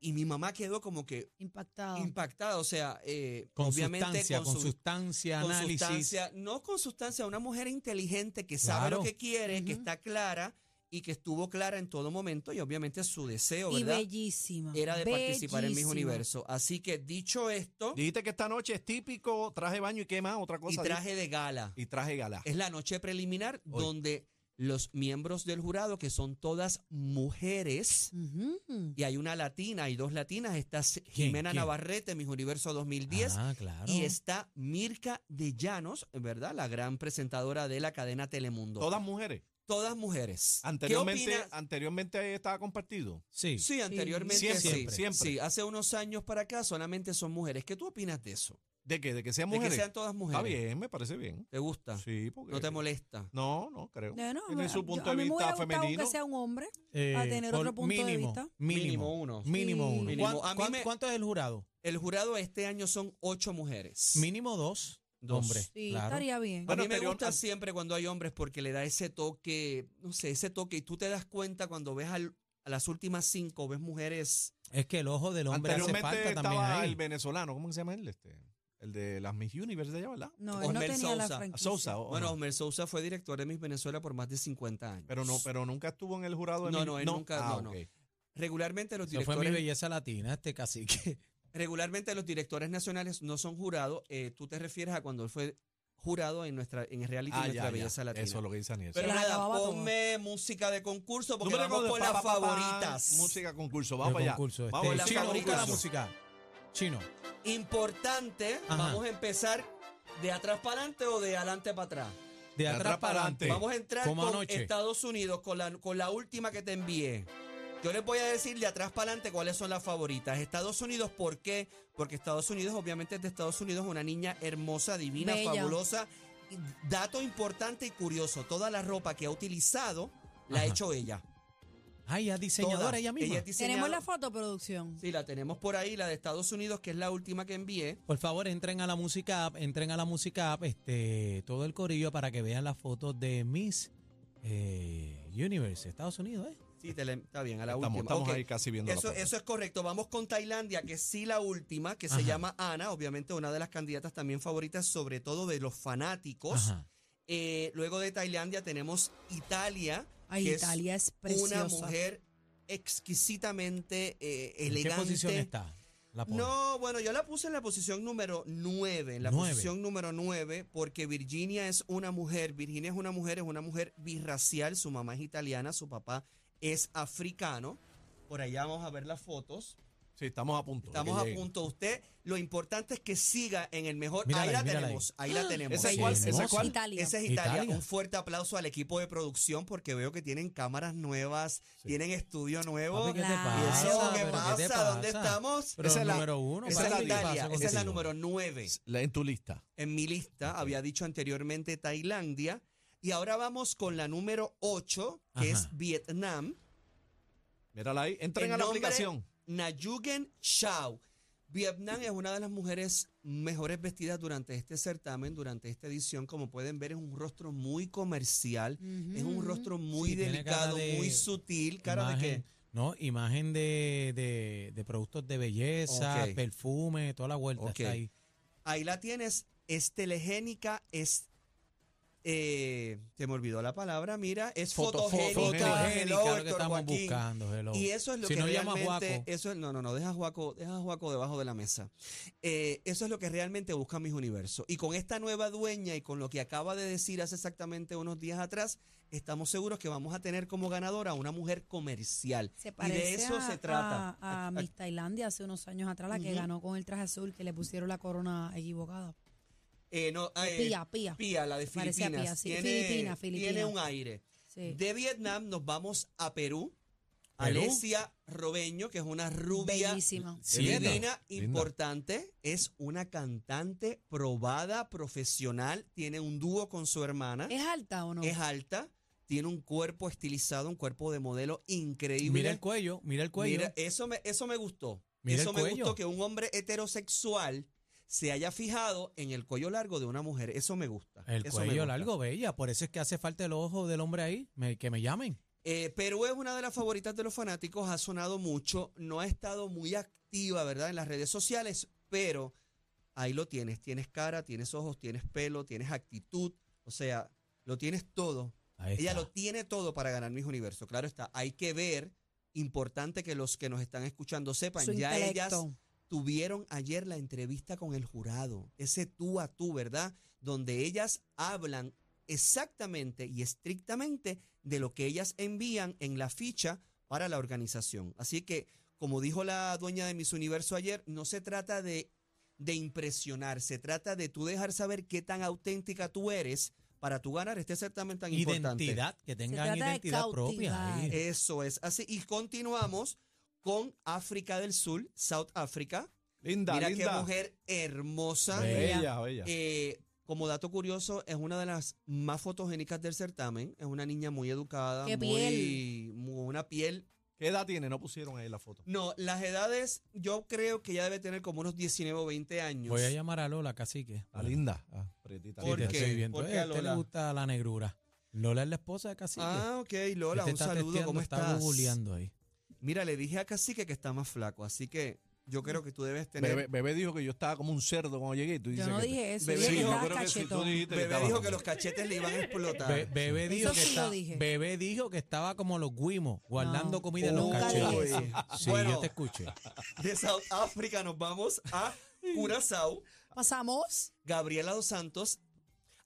Speaker 5: y mi mamá quedó como que
Speaker 6: Impactado.
Speaker 5: impactada. O sea, eh,
Speaker 4: Con
Speaker 5: obviamente
Speaker 4: sustancia, con,
Speaker 5: su-
Speaker 4: sustancia,
Speaker 5: con
Speaker 4: análisis.
Speaker 5: sustancia, no con sustancia, una mujer inteligente que sabe
Speaker 4: Claro.
Speaker 5: lo que quiere, que
Speaker 6: Ujú.
Speaker 5: está clara y que estuvo clara en todo momento y obviamente su deseo,
Speaker 6: y
Speaker 5: ¿verdad?
Speaker 6: bellísima.
Speaker 5: Era de participar en Miss
Speaker 6: bellísima.
Speaker 5: Universo. Así que dicho esto,
Speaker 3: Dijiste que esta noche es típico, traje baño y qué más, otra
Speaker 5: y
Speaker 3: cosa.
Speaker 5: traje de gala.
Speaker 3: y traje galá.
Speaker 5: Es la noche preliminar
Speaker 3: Hoy.
Speaker 5: donde los miembros del jurado, que son todas mujeres,
Speaker 6: Ujú.
Speaker 5: y hay una latina y dos latinas, está
Speaker 4: ¿Quién?
Speaker 5: Jimena
Speaker 4: ¿Quién?
Speaker 5: Navarrete, Miss Universo 2010,
Speaker 4: Ah, claro.
Speaker 5: y está Mirka de Llanos, ¿verdad? La gran presentadora de la cadena Telemundo.
Speaker 3: Todas mujeres.
Speaker 5: Todas mujeres. ¿Qué
Speaker 3: Anteriormente,
Speaker 5: opinas?
Speaker 3: anteriormente estaba compartido.
Speaker 4: Sí.
Speaker 5: Sí, anteriormente
Speaker 3: Siempre,
Speaker 5: sí.
Speaker 3: siempre, siempre.
Speaker 5: Sí, hace unos años para acá solamente son mujeres. ¿Qué tú opinas de eso?
Speaker 3: ¿De qué? ¿De que sean
Speaker 5: De
Speaker 3: mujeres?
Speaker 5: que sean todas mujeres.
Speaker 3: Está bien, me parece bien.
Speaker 5: ¿Te gusta?
Speaker 3: Sí, eh, porque.
Speaker 5: Ah. ¿No te molesta?
Speaker 3: No, no creo.
Speaker 6: No, no,
Speaker 3: Desde su
Speaker 6: yo- a
Speaker 3: punto
Speaker 6: mí
Speaker 3: de
Speaker 6: me hubiera
Speaker 3: vista
Speaker 6: gustado
Speaker 3: femenino.
Speaker 6: que sea un hombre.
Speaker 4: Eh,
Speaker 6: a tener otro
Speaker 4: por
Speaker 6: punto de
Speaker 4: mínimo,
Speaker 6: vista.
Speaker 5: Mínimo
Speaker 4: Mínimo.
Speaker 5: uno.
Speaker 4: Mínimo
Speaker 6: Sí.
Speaker 4: uno.
Speaker 5: Mínimo.
Speaker 4: ¿Cuán-
Speaker 5: A mí
Speaker 4: cuán-
Speaker 5: me-
Speaker 4: ¿Cuánto es el jurado?
Speaker 5: El jurado este año son ocho mujeres.
Speaker 4: Mínimo dos.
Speaker 5: Dos.
Speaker 4: Hombres.
Speaker 6: Sí,
Speaker 4: claro.
Speaker 6: estaría bien.
Speaker 5: A
Speaker 3: Bueno,
Speaker 5: mí me
Speaker 3: anterior-
Speaker 5: gusta
Speaker 3: an-
Speaker 5: siempre cuando hay hombres porque le da ese toque, no sé, ese toque. Y tú te das cuenta cuando ves al- a las últimas cinco, ves mujeres.
Speaker 4: Es que el ojo del hombre hace
Speaker 3: Anteriormente
Speaker 4: falta también
Speaker 3: estaba
Speaker 4: ahí.
Speaker 3: el venezolano, ¿cómo que se llama él? Este, el de las Miss Universe de allá, ¿verdad?
Speaker 6: No, él no
Speaker 5: Osmel
Speaker 6: tenía la
Speaker 5: Sousa. oh.
Speaker 6: franquicia.
Speaker 3: Sousa. o- o
Speaker 5: Bueno,
Speaker 3: Oh, no.
Speaker 5: Osmer Sousa fue director de Miss Venezuela por más de 50 años.
Speaker 3: Pero no, pero nunca estuvo en el jurado de
Speaker 5: No,
Speaker 3: Miss-
Speaker 5: no, él nunca-
Speaker 3: Ah,
Speaker 5: no, no.
Speaker 3: ok.
Speaker 5: Regularmente los
Speaker 4: Se fue mi
Speaker 5: directores
Speaker 4: belleza latina, este cacique.
Speaker 5: Regularmente los directores nacionales no son jurados. eh, tú te refieres a cuando él fue jurado en nuestra en el reality
Speaker 3: Ah,
Speaker 5: Nuestra
Speaker 3: ya,
Speaker 5: Belleza
Speaker 3: ya.
Speaker 5: Latina.
Speaker 3: Eso es lo que dice Aniel.
Speaker 5: Pero
Speaker 6: Se las
Speaker 5: nada,
Speaker 6: acababa todas.
Speaker 5: ponme música de concurso porque
Speaker 3: Número
Speaker 5: vamos
Speaker 3: de
Speaker 5: con las
Speaker 3: pa, pa, pa, pa.
Speaker 5: favoritas.
Speaker 3: Música concurso, vamos
Speaker 4: El
Speaker 3: allá.
Speaker 4: concurso,
Speaker 3: Vamos
Speaker 4: este,
Speaker 5: la
Speaker 4: chino,
Speaker 5: favorita
Speaker 4: busca la
Speaker 5: concurso.
Speaker 4: música. Chino.
Speaker 5: Importante,
Speaker 4: Ajá.
Speaker 5: vamos a empezar de atrás para adelante o de adelante para atrás.
Speaker 4: De atrás, para adelante.
Speaker 5: Vamos a entrar
Speaker 4: Como
Speaker 5: con
Speaker 4: anoche.
Speaker 5: Estados Unidos con la, con la última que te envié. Yo les voy a decir de atrás para adelante cuáles son las favoritas. Estados Unidos, ¿por qué? Porque Estados Unidos, obviamente, de Estados Unidos es una niña hermosa, divina,
Speaker 6: Bella.
Speaker 5: fabulosa. Y Dato importante y curioso: toda la ropa que ha utilizado la ha
Speaker 4: Ajá.
Speaker 5: hecho ella.
Speaker 4: Ay, es diseñadora
Speaker 5: Toda.
Speaker 4: ella misma.
Speaker 5: Ella es
Speaker 6: Tenemos
Speaker 5: diseñadora.
Speaker 6: la foto, producción.
Speaker 5: Sí, la tenemos por ahí, la de Estados Unidos, que es la última que envié.
Speaker 4: Por favor, entren a la música app, entren a la música app, este, todo el corillo para que vean las fotos de Miss eh, Universe, Estados Unidos, ¿eh?
Speaker 5: Sí, te la- está bien, a la
Speaker 3: Estamos,
Speaker 5: última.
Speaker 3: estamos
Speaker 5: Ok.
Speaker 3: ahí casi viendo la
Speaker 5: Eso,
Speaker 3: foto.
Speaker 5: eso es correcto. Vamos con Tailandia, que es sí la última, que
Speaker 4: Ajá.
Speaker 5: se llama Ana, obviamente una de las candidatas también favoritas, sobre todo de los fanáticos.
Speaker 4: Ajá.
Speaker 5: Eh, luego de Tailandia tenemos Italia,
Speaker 6: Ay,
Speaker 5: que
Speaker 6: Italia es
Speaker 5: es una
Speaker 6: preciosa.
Speaker 5: mujer exquisitamente eh,
Speaker 4: ¿En qué
Speaker 5: elegante.
Speaker 4: posición está? La pobre?
Speaker 5: No, bueno, yo la puse en la posición número 9, en la
Speaker 4: Nueve.
Speaker 5: posición número 9, porque Virginia es una mujer, Virginia es una mujer, es una mujer birracial, su mamá es italiana, su papá es africano. Por allá vamos a ver las fotos.
Speaker 3: Sí, estamos a punto. Eh, de
Speaker 5: Estamos
Speaker 3: que
Speaker 5: a
Speaker 3: lleguen.
Speaker 5: punto. Usted, lo importante es que siga en el mejor.
Speaker 4: Mírala
Speaker 5: ahí,
Speaker 4: ahí,
Speaker 5: la
Speaker 4: mírala
Speaker 5: tenemos, ahí. la tenemos.
Speaker 3: Esa
Speaker 4: Sí,
Speaker 3: cuál,
Speaker 4: hermosa.
Speaker 3: esa cuál.
Speaker 6: Italia.
Speaker 5: Esa es Italia.
Speaker 4: Italia.
Speaker 5: Un fuerte aplauso al equipo de producción porque veo que tienen cámaras nuevas, tienen estudio nuevo.
Speaker 4: Papi, ¿qué te
Speaker 6: Claro.
Speaker 5: Y eso,
Speaker 4: pasa?
Speaker 5: ¿qué
Speaker 4: ¿Pero
Speaker 5: pasa?
Speaker 4: te
Speaker 5: ¿Dónde estamos?
Speaker 4: Pero
Speaker 3: Esa es la-
Speaker 4: número uno.
Speaker 5: Esa es la
Speaker 4: papi, ¿qué pasa
Speaker 5: Italia, esa es la
Speaker 4: contigo?
Speaker 5: número 9.
Speaker 3: La- en tu lista.
Speaker 5: En mi lista
Speaker 3: Ok.
Speaker 5: había dicho anteriormente Tailandia. Y ahora vamos con la número 8, que
Speaker 4: Ajá.
Speaker 5: es Vietnam.
Speaker 3: Mírala ahí. Entren
Speaker 5: El
Speaker 3: a la
Speaker 5: nombre-
Speaker 3: aplicación.
Speaker 5: Nayugen Shao. Vietnam es una de las mujeres mejores vestidas durante este certamen, durante esta edición. Como pueden ver, es un rostro muy comercial, es un
Speaker 6: Mm.
Speaker 5: rostro muy
Speaker 4: Sí, tiene
Speaker 5: delicado,
Speaker 4: cara de
Speaker 5: muy sutil. ¿Cara de
Speaker 4: Imagen,
Speaker 5: qué?
Speaker 4: No, imagen de, de, de productos de belleza,
Speaker 5: Ok.
Speaker 4: perfume, toda la vuelta
Speaker 5: Ok.
Speaker 4: está ahí.
Speaker 5: Ahí la tienes, es telegénica, es... eh, se me olvidó la palabra, mira, es
Speaker 3: Foto- fo-
Speaker 5: fotogénica.
Speaker 4: Fotogénica,
Speaker 5: Hello,
Speaker 4: lo que
Speaker 5: Héctor
Speaker 4: estamos
Speaker 5: Joaquín.
Speaker 4: buscando, hello.
Speaker 5: Y eso es lo
Speaker 4: Si
Speaker 5: que
Speaker 4: no llama a
Speaker 5: realmente.
Speaker 4: Juaco.
Speaker 5: Eso es- no, no, no, deja a Juaco, deja a Juaco debajo de la mesa. Eh, eso es lo que realmente busca mis universos. Y con esta nueva dueña y con lo que acaba de decir hace exactamente unos días atrás, estamos seguros que vamos a tener como ganadora a una mujer comercial.
Speaker 6: Se
Speaker 5: y
Speaker 6: parece
Speaker 5: de eso
Speaker 6: a,
Speaker 5: se trata.
Speaker 6: A, a Miss Tailandia hace unos años atrás, la que
Speaker 5: Ujú.
Speaker 6: ganó con el traje azul, que le pusieron la corona equivocada.
Speaker 5: Eh, no, eh,
Speaker 6: pía, pía.
Speaker 5: Pía, la de
Speaker 6: Parece a
Speaker 5: Filipinas.
Speaker 6: Pía, sí.
Speaker 5: Tiene,
Speaker 6: Filipina,
Speaker 5: tiene
Speaker 6: Filipina.
Speaker 5: un aire.
Speaker 6: Sí.
Speaker 5: De Vietnam nos vamos a Perú.
Speaker 4: Perú.
Speaker 5: Alesia Robeño, que es una rubia
Speaker 6: Bellísima.
Speaker 4: Siete.
Speaker 5: divina,
Speaker 3: linda.
Speaker 5: importante, es una cantante probada, profesional, tiene un dúo con su hermana,
Speaker 6: ¿Es alta o no?
Speaker 5: es alta, tiene un cuerpo estilizado, un cuerpo de modelo increíble.
Speaker 4: Mira el cuello, mira el cuello.
Speaker 5: Mira, eh, eso me, eso me gustó.
Speaker 4: Mira
Speaker 5: eso
Speaker 4: el
Speaker 5: me
Speaker 4: cuello.
Speaker 5: gustó que un hombre heterosexual se haya fijado en el cuello largo de una mujer. Eso me gusta.
Speaker 4: el
Speaker 5: eso me
Speaker 4: cuello
Speaker 5: gusta.
Speaker 4: largo, bella. Por eso es que hace falta el ojo del hombre ahí. me- que me llamen.
Speaker 5: Eh, Perú es una de las favoritas de los fanáticos, ha sonado mucho, no ha estado muy activa, ¿verdad? En las redes sociales, pero ahí lo tienes. Tienes cara, tienes ojos, tienes pelo, tienes actitud, o sea, lo tienes todo.
Speaker 4: Ahí
Speaker 5: Ella
Speaker 4: está.
Speaker 5: lo tiene todo para ganar Miss Universo, claro está. Hay que ver, importante que los que nos están escuchando sepan,
Speaker 6: Su
Speaker 5: ya ellas
Speaker 6: intelecto.
Speaker 5: tuvieron ayer la entrevista con el jurado, ese tú a tú, ¿verdad? Donde ellas hablan exactamente y estrictamente de lo que ellas envían en la ficha para la organización. Así que, como dijo la dueña de Miss Universo ayer, no se trata de, de impresionar, se trata de tú dejar saber qué tan auténtica tú eres para tú ganar este certamen tan importante.
Speaker 4: identidad, que tengan
Speaker 6: trata de
Speaker 4: identidad propia.
Speaker 6: cautivar.
Speaker 4: ahí.
Speaker 5: Eso es así. Y continuamos con África del Sur, South Africa.
Speaker 3: Linda,
Speaker 5: Mira qué
Speaker 3: linda.
Speaker 5: mujer hermosa.
Speaker 3: Bella, bella.
Speaker 5: Eh, como dato curioso, es una de las más fotogénicas del certamen. Es una niña muy educada,
Speaker 6: ¡Qué
Speaker 5: muy,
Speaker 6: piel!
Speaker 5: muy- una piel.
Speaker 3: ¿Qué edad tiene? No pusieron ahí la foto.
Speaker 5: No, las edades, yo creo que ya debe tener como unos 19 o 20 años.
Speaker 4: Voy a llamar a Lola, cacique.
Speaker 3: Está linda. Ah, prietita.
Speaker 4: Sí,
Speaker 5: ¿Por
Speaker 4: te
Speaker 3: linda.
Speaker 5: qué?
Speaker 4: estoy viendo.
Speaker 5: ¿Por qué
Speaker 4: Eh,
Speaker 5: a
Speaker 4: ¿a usted le
Speaker 5: Lola?
Speaker 4: gusta la negrura? Lola es la esposa de cacique.
Speaker 5: Ah, ok, Lola,
Speaker 4: Este
Speaker 5: un
Speaker 4: está
Speaker 5: saludo,
Speaker 4: testeando,
Speaker 5: ¿cómo
Speaker 4: Está
Speaker 5: estás?
Speaker 4: googleando ahí.
Speaker 5: Mira, le dije a Cacique que está más flaco, así que yo creo que tú debes tener.
Speaker 3: Bebé, bebé dijo que yo estaba como un cerdo cuando llegué. y Tú dices
Speaker 6: Yo no
Speaker 3: que-
Speaker 6: dije eso.
Speaker 5: Bebé,
Speaker 6: dije que
Speaker 3: Sí, yo
Speaker 5: estaba
Speaker 6: estabas
Speaker 3: creo que sí, tú
Speaker 6: cachetón.
Speaker 3: dijiste que
Speaker 5: Bebé
Speaker 3: estaba
Speaker 5: dijo
Speaker 3: como-
Speaker 5: que los cachetes le iban a explotar.
Speaker 4: Be- bebé,
Speaker 6: Eso
Speaker 4: dijo que
Speaker 6: sí
Speaker 4: está-
Speaker 6: lo dije.
Speaker 4: bebé dijo que estaba como los guimos, guardando
Speaker 6: No,
Speaker 4: comida en los
Speaker 6: nunca dije
Speaker 4: cachetes.
Speaker 6: eso.
Speaker 4: Sí,
Speaker 5: Bueno.
Speaker 4: yo te escuché.
Speaker 5: De South África nos vamos a Curazao.
Speaker 6: Pasamos.
Speaker 5: Gabriela Dos Santos,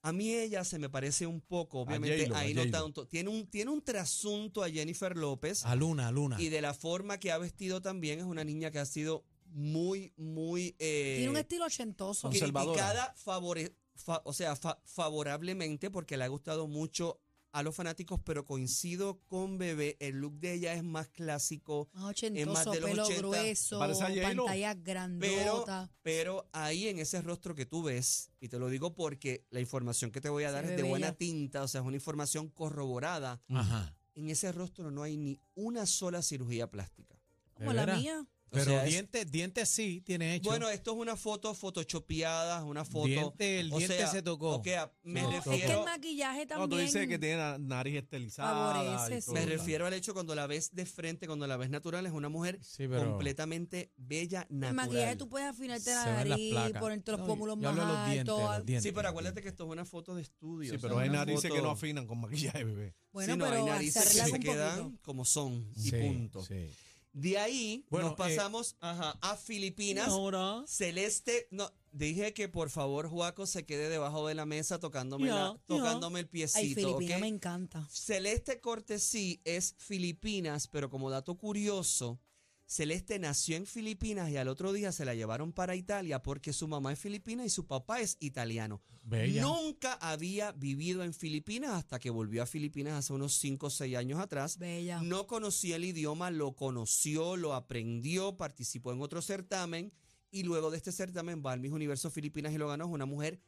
Speaker 5: a mí ella se me parece un poco, obviamente,
Speaker 3: J-Lo, a
Speaker 5: ahí no
Speaker 3: J-Lo. Ah.
Speaker 5: tanto. Tiene un, tiene un trasunto a Jennifer López
Speaker 4: A Luna, a Luna.
Speaker 5: y de la forma que ha vestido también es una niña que ha sido muy, muy eh,
Speaker 6: Tiene un estilo ochentoso.
Speaker 3: Conserva- conservadora.
Speaker 5: criticada favore- fa- o sea, fa- favorablemente porque le ha gustado mucho a los fanáticos, pero coincido con Bebé, el look de ella es más clásico,
Speaker 6: Más
Speaker 5: Es más
Speaker 6: ochentoso,
Speaker 5: de los
Speaker 6: pelo
Speaker 5: 80.
Speaker 6: grueso,
Speaker 3: Parece a J-Lo.
Speaker 6: pantallas
Speaker 5: pero,
Speaker 6: grandotas.
Speaker 5: pero ahí en ese rostro que tú ves, y te lo digo porque la información que te voy a dar
Speaker 6: Se
Speaker 5: es
Speaker 6: ve
Speaker 5: de buena
Speaker 6: bella.
Speaker 5: tinta, o sea, es una información corroborada.
Speaker 4: Ajá.
Speaker 5: En ese rostro no hay ni una sola cirugía plástica.
Speaker 6: Como
Speaker 4: ¿De
Speaker 6: la
Speaker 4: veras?
Speaker 6: mía.
Speaker 5: O
Speaker 4: Pero
Speaker 5: sea, es-
Speaker 4: dientes, dientes sí tiene hecho.
Speaker 5: Bueno, esto es una foto photoshopeada, una foto.
Speaker 4: Diente, el
Speaker 5: o
Speaker 4: diente
Speaker 5: sea,
Speaker 4: se tocó.
Speaker 5: o sea, me
Speaker 6: No, es que el
Speaker 5: refiero,
Speaker 6: maquillaje
Speaker 3: No,
Speaker 6: también.
Speaker 3: tú dices que tiene la nariz estilizada.
Speaker 6: Favorece,
Speaker 3: y todo,
Speaker 5: me
Speaker 6: sí.
Speaker 3: ¿verdad?
Speaker 5: refiero al hecho cuando la ves de frente, cuando la ves natural, es una mujer
Speaker 4: sí, pero
Speaker 5: completamente bella,
Speaker 6: el maquillaje
Speaker 5: natural.
Speaker 6: tú puedes afinarte
Speaker 4: se
Speaker 6: la
Speaker 4: ven las
Speaker 6: nariz,
Speaker 4: placas.
Speaker 6: ponerte los
Speaker 4: No,
Speaker 6: pómulos
Speaker 4: yo
Speaker 6: más
Speaker 4: hablo de los dientes,
Speaker 6: altos.
Speaker 4: de los dientes.
Speaker 5: Sí, pero acuérdate que esto es una foto de estudio.
Speaker 3: Sí,
Speaker 5: o sea,
Speaker 3: pero hay
Speaker 5: una
Speaker 3: narices que
Speaker 5: foto-
Speaker 3: no afinan con maquillaje, bebé.
Speaker 6: Bueno,
Speaker 5: Sí, no, hay
Speaker 6: pero
Speaker 5: narices que
Speaker 6: hacerlas
Speaker 5: se
Speaker 6: un
Speaker 5: quedan
Speaker 6: poquito.
Speaker 5: como son y
Speaker 4: Sí,
Speaker 5: punto.
Speaker 4: sí.
Speaker 5: De ahí
Speaker 4: Bueno,
Speaker 6: eh,
Speaker 5: nos pasamos ajá, a Filipinas.
Speaker 4: Ahora,
Speaker 5: Celeste, no, dije que por favor Juaco se quede debajo de la mesa tocándome,
Speaker 4: Ya,
Speaker 5: la-
Speaker 4: ya.
Speaker 5: tocándome el piecito.
Speaker 6: Ay, Filipina
Speaker 5: ¿ok?
Speaker 6: me encanta.
Speaker 5: Celeste Cortesí es Filipinas, pero como dato curioso, Celeste nació en Filipinas y al otro día se la llevaron para Italia porque su mamá es filipina y su papá es italiano.
Speaker 4: bella.
Speaker 5: Nunca había vivido en Filipinas hasta que volvió a Filipinas hace unos 5 o 6 años atrás.
Speaker 4: Ah.
Speaker 6: Bella.
Speaker 5: No conocía el idioma, lo conoció, lo aprendió, participó en otro certamen y luego de este certamen va al Miss Universo Filipinas y lo ganó. Es una mujer,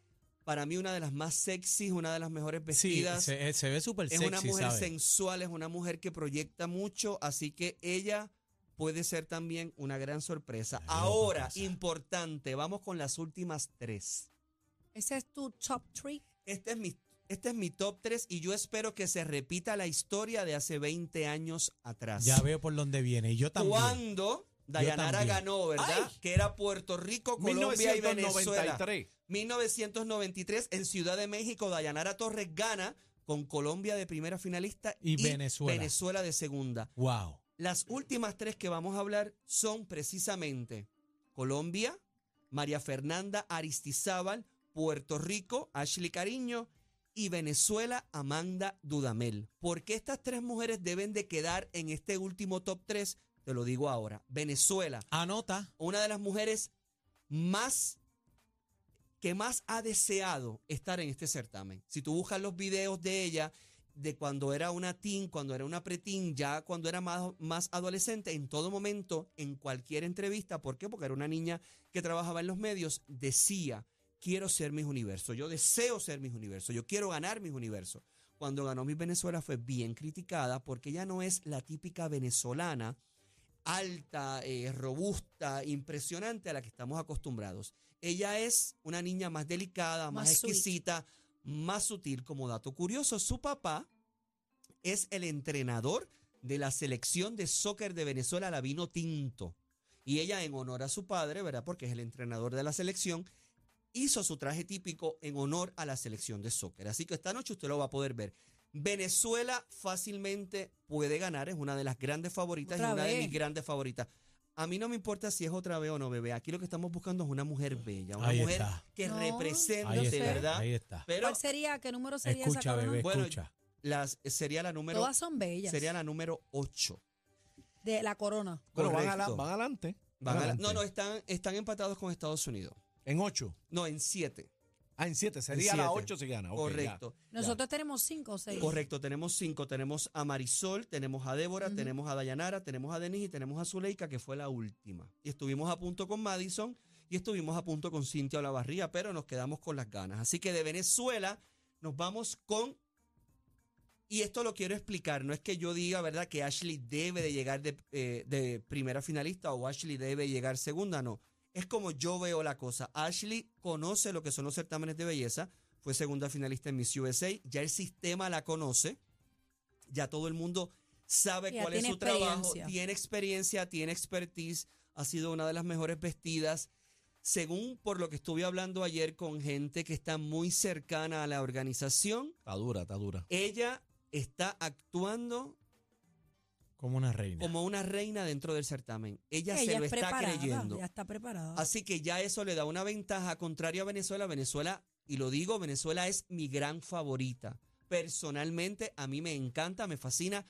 Speaker 5: para mí, una de las más sexys, una de las mejores
Speaker 4: sí,
Speaker 5: vestidas.
Speaker 4: se, se ve súper
Speaker 5: es
Speaker 4: sexy,
Speaker 5: una mujer
Speaker 4: ¿sabes?
Speaker 5: sensual, es una mujer que proyecta mucho, así que ella puede ser también una gran sorpresa.
Speaker 4: Una gran
Speaker 5: Ahora,
Speaker 4: sorpresa.
Speaker 5: importante, vamos con las últimas tres.
Speaker 6: Ese es tu top three.
Speaker 5: Este es mi, este es mi top 3 y yo espero que se repita la historia de hace 20 años atrás.
Speaker 4: Ya veo por dónde viene. Y yo también.
Speaker 5: Cuando Dayanara
Speaker 4: también.
Speaker 5: ganó, ¿verdad?
Speaker 4: ¡Ay!
Speaker 5: Que era Puerto Rico, Colombia y Venezuela.
Speaker 3: 1993.
Speaker 5: 1993 en Ciudad de México, Dayanara Torres gana con Colombia de primera finalista
Speaker 4: Y Venezuela.
Speaker 5: Venezuela de segunda.
Speaker 4: Wow.
Speaker 5: Las últimas tres que vamos a hablar son precisamente Colombia, María Fernanda Aristizábal, Puerto Rico, Ashley Cariño y Venezuela, Amanda Dudamel. ¿Por qué estas tres mujeres deben de quedar en este último top 3? Te lo digo ahora. Venezuela,
Speaker 4: Anota.
Speaker 5: una de las mujeres más que más ha deseado estar en este certamen. Si tú buscas los videos de ella de cuando era una teen, cuando era una preteen, ya cuando era más, más adolescente, en todo momento, en cualquier entrevista, ¿por qué? Porque era una niña que trabajaba en los medios, decía, quiero ser mis universos, yo deseo ser mis universos, yo quiero ganar mis universos. Cuando ganó Miss Venezuela fue bien criticada porque ella no es la típica venezolana alta, eh, robusta, impresionante a la que estamos acostumbrados. Ella es una niña más delicada, más,
Speaker 6: Más sweet.
Speaker 5: exquisita, más sutil. Como dato curioso, su papá es el entrenador de la selección de soccer de Venezuela, la vino tinto. Y ella, en honor a su padre, ¿verdad? Porque es el entrenador de la selección, hizo su traje típico en honor a la selección de soccer. Así que esta noche usted lo va a poder ver. Venezuela fácilmente puede ganar, es una de las grandes favoritas y
Speaker 6: Otra
Speaker 5: una de
Speaker 6: vez.
Speaker 5: mis grandes favoritas. A mí no me importa si es otra vez o no, bebé. Aquí lo que estamos buscando es una mujer bella, una
Speaker 4: Ahí
Speaker 5: mujer
Speaker 4: está.
Speaker 5: que
Speaker 6: No,
Speaker 5: represente
Speaker 4: Ahí
Speaker 5: de
Speaker 4: está,
Speaker 5: verdad.
Speaker 4: ahí está.
Speaker 5: Pero
Speaker 6: ¿Cuál sería? ¿Qué número sería
Speaker 4: Escucha,
Speaker 6: esa cabrona?
Speaker 4: bebé,
Speaker 5: Bueno,
Speaker 4: escucha.
Speaker 5: las- sería la número
Speaker 6: Todas son bellas.
Speaker 5: sería la número 8.
Speaker 6: De la corona.
Speaker 3: Bueno, van,
Speaker 5: Correcto.
Speaker 3: ala- van adelante.
Speaker 5: Van a la-
Speaker 3: adelante.
Speaker 5: no, no, están, están empatados con Estados Unidos.
Speaker 3: En ocho.
Speaker 5: No, en 7.
Speaker 3: Ah, en siete. Sería
Speaker 5: En
Speaker 3: la
Speaker 5: siete.
Speaker 3: ocho si gana. Ok,
Speaker 5: Correcto.
Speaker 6: Nosotros tenemos cinco o seis.
Speaker 5: Correcto, tenemos cinco. Tenemos a Marisol, tenemos a Débora, tenemos a Dayanara, tenemos a Denise y tenemos a Zuleika, que fue la última. Y estuvimos a punto con Madison y estuvimos a punto con Cintia Olavarría, pero nos quedamos con las ganas. Así que de Venezuela nos vamos con. Y esto lo quiero explicar. No es que yo diga, ¿verdad?, que Ashley debe de llegar de, eh, de primera finalista o Ashley debe llegar segunda, no. Es como yo veo la cosa. Ashley conoce lo que son los certámenes de belleza fue segunda finalista en Miss USA, ya el sistema la conoce, ya todo el mundo sabe
Speaker 6: Ya
Speaker 5: cuál es
Speaker 6: tiene
Speaker 5: su trabajo,
Speaker 6: experiencia.
Speaker 5: tiene experiencia, tiene expertise, ha sido una de las mejores vestidas. Según por lo que estuve hablando ayer con gente que está muy cercana a la organización,
Speaker 3: Está dura, está dura.
Speaker 5: ella está actuando
Speaker 4: Como una reina.
Speaker 5: como una reina dentro del certamen. Ella,
Speaker 6: Ella
Speaker 5: se lo
Speaker 6: es
Speaker 5: está
Speaker 6: preparada.
Speaker 5: creyendo.
Speaker 6: Ya está preparada.
Speaker 5: Así que ya eso le da una ventaja contraria a Venezuela. Venezuela, y lo digo, Venezuela es mi gran favorita. Personalmente, a mí me encanta, me fascina.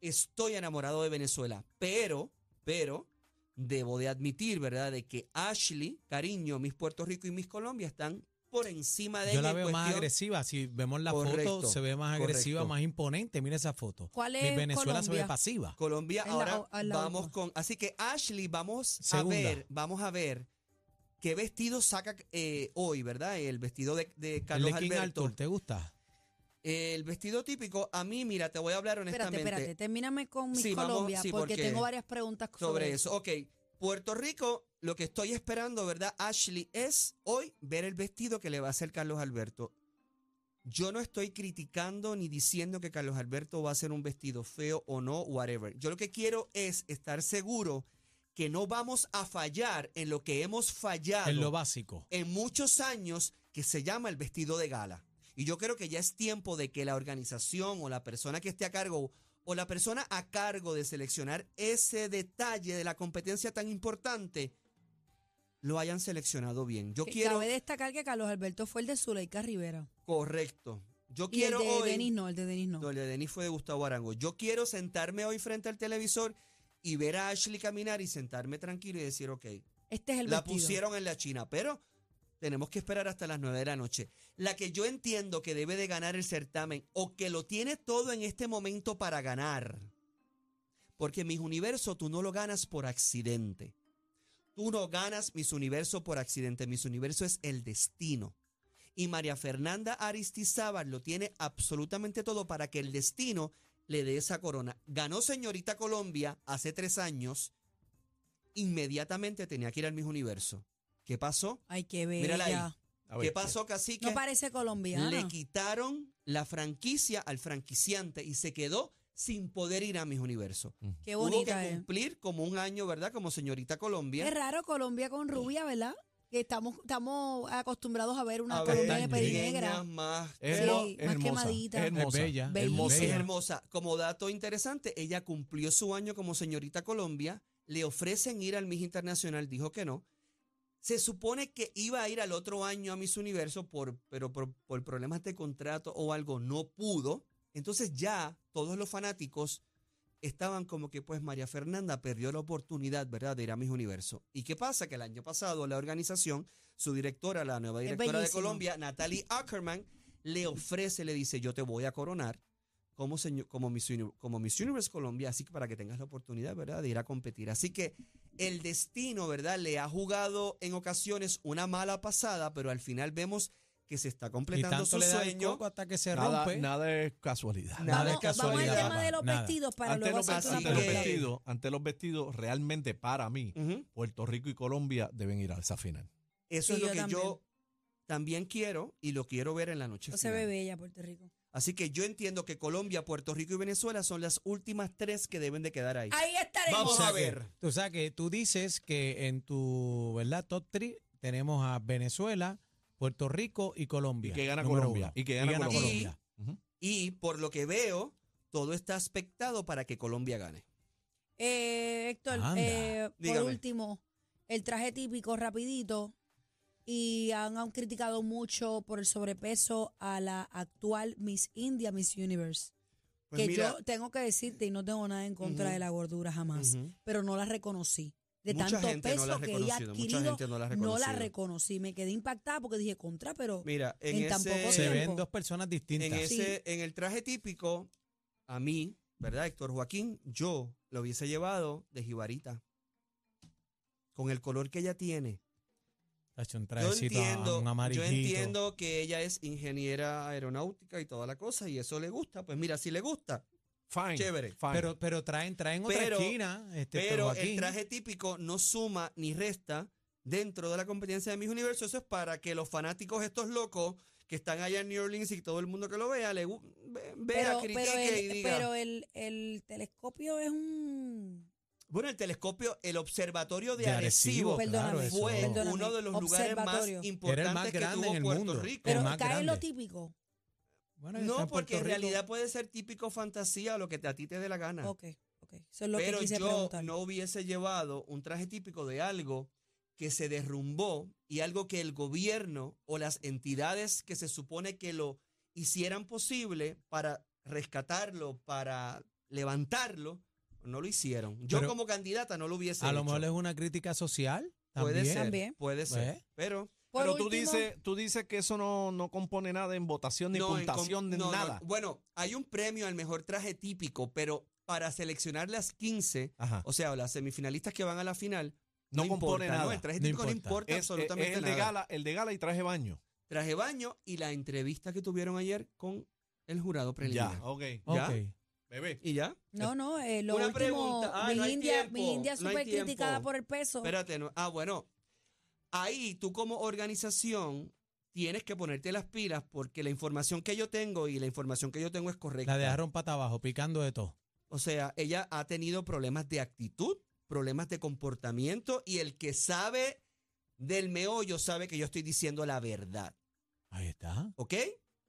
Speaker 5: Estoy enamorado de Venezuela, pero, pero, debo de admitir, ¿verdad?, de que Ashley, cariño, mis Puerto Rico y mis Colombia están por encima de
Speaker 4: Yo
Speaker 5: ella
Speaker 4: la
Speaker 5: en
Speaker 4: veo más
Speaker 5: cuestión-
Speaker 4: agresiva. Si vemos la
Speaker 5: Correcto,
Speaker 4: foto, se ve más agresiva,
Speaker 5: correcto.
Speaker 4: más imponente. Mira esa foto.
Speaker 6: ¿Cuál
Speaker 4: Mi
Speaker 6: es
Speaker 4: Venezuela se ve
Speaker 6: Colombia?
Speaker 4: pasiva.
Speaker 5: Colombia,
Speaker 6: Es la
Speaker 5: ahora
Speaker 6: o- a la
Speaker 5: vamos
Speaker 6: última.
Speaker 5: con. Así que Ashley, vamos
Speaker 4: Segunda.
Speaker 5: a ver, vamos a ver qué vestido saca eh, hoy, ¿verdad? El vestido de, de
Speaker 4: El
Speaker 5: Carlos
Speaker 4: de King
Speaker 5: Alberto.
Speaker 4: Arthur, ¿te gusta?
Speaker 5: El vestido típico, a mí, mira, te voy a hablar
Speaker 6: espérate,
Speaker 5: honestamente
Speaker 6: espérate. Termíname con Miss
Speaker 5: Sí, vamos,
Speaker 6: Colombia
Speaker 5: sí,
Speaker 6: porque,
Speaker 5: porque-
Speaker 6: tengo varias preguntas
Speaker 5: sobre
Speaker 6: eso.
Speaker 5: eso. Ok, Puerto Rico, lo que estoy esperando, ¿verdad, Ashley? Es hoy ver el vestido que le va a hacer Carlos Alberto. Yo no estoy criticando ni diciendo que Carlos Alberto va a hacer un vestido feo o no, whatever. Yo lo que quiero es estar seguro que no vamos a fallar en lo que hemos fallado
Speaker 4: Es lo básico.
Speaker 5: en muchos años que se llama el vestido de gala. Y yo creo que ya es tiempo de que la organización o la persona que esté a cargo o la persona a cargo de seleccionar ese detalle de la competencia tan importante lo hayan seleccionado bien. Yo
Speaker 6: Que
Speaker 5: quiero
Speaker 6: Cabe destacar que Carlos Alberto fue el de Zuleika Rivera.
Speaker 5: correcto. Yo
Speaker 6: Y el
Speaker 5: quiero
Speaker 6: de
Speaker 5: hoy
Speaker 6: Denis no, el de Denis no.
Speaker 5: No, el de Denis fue de Gustavo Arango. Yo quiero sentarme hoy frente al televisor y ver a Ashley caminar y sentarme tranquilo y decir, ok,
Speaker 6: Este es el
Speaker 5: la
Speaker 6: vestido.
Speaker 5: pusieron en la China, pero tenemos que esperar hasta las 9 de la noche. La que yo entiendo que debe de ganar el certamen o que lo tiene todo en este momento para ganar. Porque mis universo tú no lo ganas por accidente. Tú no ganas mis universo por accidente, mis universo es el destino. Y María Fernanda Aristizábal lo tiene absolutamente todo para que el destino le dé esa corona. Ganó señorita Colombia hace tres años. Inmediatamente tenía que ir al Miss Universo. ¿Qué pasó?
Speaker 6: Ay, qué
Speaker 5: Mírala ahí.
Speaker 6: bella.
Speaker 3: A ver,
Speaker 5: ¿Qué pasó, cacique?
Speaker 6: No parece
Speaker 5: le
Speaker 6: colombiana.
Speaker 5: quitaron la franquicia al franquiciante y se quedó sin poder ir a Miss Universo.
Speaker 6: Qué
Speaker 5: Tuvo
Speaker 6: bonita
Speaker 5: que
Speaker 6: es.
Speaker 5: cumplir como un año, ¿verdad? Como señorita Colombia.
Speaker 6: Es raro Colombia con rubia, ¿verdad? Que estamos, estamos acostumbrados a ver una
Speaker 5: A ver,
Speaker 6: Colombia de piel
Speaker 5: pequeñas,
Speaker 6: negra.
Speaker 5: más
Speaker 3: Es
Speaker 6: Sí,
Speaker 3: hermo-
Speaker 6: más
Speaker 3: es hermosa.
Speaker 6: quemadita.
Speaker 3: Es
Speaker 6: Es
Speaker 3: hermosa.
Speaker 4: bella.
Speaker 6: Hermosa.
Speaker 5: Es
Speaker 6: Bella.
Speaker 5: hermosa. Como dato interesante, ella cumplió su año como señorita Colombia. Le ofrecen ir al Miss Internacional, dijo que no. Se supone que iba a ir al otro año a Miss Universo, por, pero por, por problemas de contrato o algo no pudo. Entonces ya todos los fanáticos estaban como que pues María Fernanda perdió la oportunidad, ¿verdad?, de ir a Miss Universo. ¿Y qué pasa? Que el año pasado la organización, su directora, la nueva
Speaker 6: Es
Speaker 5: directora de
Speaker 6: bellísima.
Speaker 5: Colombia, Natalie Ackerman, le ofrece, le dice, yo te voy a coronar como, seño- como, Miss Univ- como Miss Universe Colombia, así que para que tengas la oportunidad, ¿verdad?, de ir a competir. Así que el destino, ¿verdad?, le ha jugado en ocasiones una mala pasada, pero al final vemos que se está
Speaker 4: Y
Speaker 5: completando
Speaker 4: tanto
Speaker 5: su
Speaker 4: le da el
Speaker 5: sueño.
Speaker 4: coco hasta que se
Speaker 3: nada,
Speaker 4: rompe.
Speaker 3: nada es casualidad.
Speaker 5: Nada es
Speaker 6: vamos, vamos al
Speaker 5: casualidad,
Speaker 6: tema de los
Speaker 4: nada.
Speaker 6: vestidos para
Speaker 3: Ante
Speaker 6: luego
Speaker 3: los,
Speaker 6: hacer
Speaker 5: vestidos,
Speaker 6: una
Speaker 3: ante
Speaker 5: así
Speaker 3: los
Speaker 5: que-
Speaker 6: pregunta.
Speaker 3: vestidos, ante los vestidos, realmente para mí,
Speaker 5: Ujú.
Speaker 3: Puerto Rico y Colombia deben ir a esa final.
Speaker 5: Eso
Speaker 6: Sí,
Speaker 5: es lo
Speaker 6: yo
Speaker 5: que
Speaker 6: también.
Speaker 5: yo también quiero y lo quiero ver en la noche.
Speaker 6: No se
Speaker 5: final.
Speaker 6: ve bella Puerto Rico.
Speaker 5: Así que yo entiendo que Colombia, Puerto Rico y Venezuela son las últimas tres que deben de quedar ahí.
Speaker 6: Ahí estaremos.
Speaker 5: Vamos
Speaker 4: O sea
Speaker 5: a
Speaker 4: que-
Speaker 5: ver.
Speaker 4: o sea que tú dices que en tu, ¿verdad? Top 3 tenemos a Venezuela, Puerto Rico y Colombia.
Speaker 3: Y que gana
Speaker 4: número
Speaker 3: Colombia,
Speaker 4: uno.
Speaker 3: y que gana
Speaker 5: Colombia.
Speaker 4: Colombia.
Speaker 5: Y por lo que veo, todo está aspectado para que Colombia gane.
Speaker 6: Eh, Héctor,
Speaker 4: Anda.
Speaker 6: eh, por
Speaker 5: Dígame.
Speaker 6: último, el traje típico rapidito y han, han criticado mucho por el sobrepeso a la actual Miss India, Miss Universe.
Speaker 5: Pues
Speaker 6: que
Speaker 5: mira,
Speaker 6: yo tengo que decirte, y no tengo nada en contra
Speaker 5: Ujú.
Speaker 6: de la gordura jamás,
Speaker 5: Ujú.
Speaker 6: pero no la reconocí. De
Speaker 5: Mucha
Speaker 6: tanto
Speaker 5: gente no
Speaker 6: peso
Speaker 5: la ha
Speaker 6: que ella ha
Speaker 5: reconocido, mucha
Speaker 6: adquirido,
Speaker 5: gente no la ha reconocido.
Speaker 6: reconocí. Me quedé impactada porque dije, contra, pero
Speaker 5: mira, en,
Speaker 6: en tan poco
Speaker 5: ese,
Speaker 4: Se
Speaker 6: tiempo.
Speaker 4: ven dos personas distintas.
Speaker 5: en
Speaker 6: Sí.
Speaker 5: ese, en el traje típico, a mí, ¿verdad, Héctor Joaquín? Yo lo hubiese llevado de jibarita. Con el color que ella tiene.
Speaker 4: Tacho, un
Speaker 5: Yo
Speaker 4: trajecito a- a
Speaker 5: entiendo,
Speaker 4: ah, un
Speaker 5: yo
Speaker 4: amarillito.
Speaker 5: entiendo que ella es ingeniera aeronáutica y toda la cosa, y eso le gusta. Pues mira, si le gusta,
Speaker 3: Fine.
Speaker 5: Chévere.
Speaker 3: fine.
Speaker 4: Pero, pero traen, traen otra
Speaker 5: Pero-
Speaker 4: esquina. Este,
Speaker 5: Pero el
Speaker 4: Joaquín.
Speaker 5: traje típico no suma ni resta dentro de la competencia de Miss Universo. Eso es para que los fanáticos estos locos que están allá en New Orleans y todo el mundo que lo vea, le gu- ve- vea,
Speaker 6: pero,
Speaker 5: critique
Speaker 6: pero,
Speaker 5: y
Speaker 6: el,
Speaker 5: diga.
Speaker 6: pero el- el telescopio es un...
Speaker 5: bueno, el telescopio, el observatorio de,
Speaker 4: De
Speaker 5: Arecibo,
Speaker 4: Arecibo,
Speaker 6: Perdóname,
Speaker 4: claro, eso-
Speaker 5: fue
Speaker 6: perdóname,
Speaker 5: uno de los lugares más
Speaker 6: observatorio.
Speaker 5: importantes
Speaker 4: Era el más
Speaker 5: que
Speaker 4: grande
Speaker 5: tuvo
Speaker 4: en el
Speaker 5: Puerto
Speaker 4: mundo.
Speaker 5: Rico.
Speaker 4: El
Speaker 6: Pero
Speaker 4: más
Speaker 6: cae en lo
Speaker 4: grande.
Speaker 6: típico.
Speaker 4: Bueno, está
Speaker 5: no, porque en
Speaker 4: Puerto Rico.
Speaker 5: realidad puede ser típico fantasía, lo que te- a ti te dé la gana.
Speaker 6: Ok, ok. Eso es lo
Speaker 5: pero
Speaker 6: que quise
Speaker 5: yo
Speaker 6: preguntar.
Speaker 5: no hubiese llevado un traje típico de algo que se derrumbó y algo que el gobierno o las entidades que se supone que lo hicieran posible para rescatarlo, para levantarlo, no lo hicieron. Yo
Speaker 4: Pero
Speaker 5: como candidata no lo hubiese
Speaker 4: A lo
Speaker 5: hecho.
Speaker 4: mejor es una crítica social.
Speaker 5: puede
Speaker 4: También.
Speaker 5: ser,
Speaker 6: También.
Speaker 5: puede ser.
Speaker 4: Pues.
Speaker 5: Pero
Speaker 6: Por
Speaker 3: Pero tú,
Speaker 6: último,
Speaker 3: dices, tú dices que eso no, no compone nada en votación, ni
Speaker 5: no, en com-
Speaker 3: puntuación, ni
Speaker 5: no, no.
Speaker 3: nada.
Speaker 5: Bueno, hay un premio al mejor traje típico, pero para seleccionar las 15,
Speaker 3: Ajá.
Speaker 5: o sea, las semifinalistas que van a la final,
Speaker 3: No, compone
Speaker 5: importa, ¿no?
Speaker 3: nada.
Speaker 5: El traje
Speaker 4: No
Speaker 5: típico no
Speaker 4: importa.
Speaker 5: importa
Speaker 3: Es- es-
Speaker 5: absolutamente
Speaker 3: es Eh, el
Speaker 5: nada.
Speaker 3: de gala, el de gala y traje baño.
Speaker 5: traje baño y la entrevista que tuvieron ayer con el jurado preliminar.
Speaker 3: Ya, ok.
Speaker 5: ¿Ya?
Speaker 4: Ok.
Speaker 3: Bebé.
Speaker 5: ¿Y ya?
Speaker 6: no, no, eh, lo
Speaker 5: Una
Speaker 6: último,
Speaker 5: pregunta. Ah,
Speaker 6: mi,
Speaker 5: no hay
Speaker 6: India,
Speaker 5: tiempo,
Speaker 6: mi India
Speaker 5: no hay
Speaker 6: súper criticada
Speaker 5: tiempo.
Speaker 6: por el peso.
Speaker 5: Espérate, no. ah, bueno. Ahí tú como organización tienes que ponerte las pilas porque la información que yo tengo y la información que yo tengo es correcta.
Speaker 4: La dejaron pata abajo, picando de todo.
Speaker 5: O sea, ella ha tenido problemas de actitud, problemas de comportamiento y el que sabe del meollo sabe que yo estoy diciendo la verdad.
Speaker 4: Ahí está.
Speaker 5: ¿ok?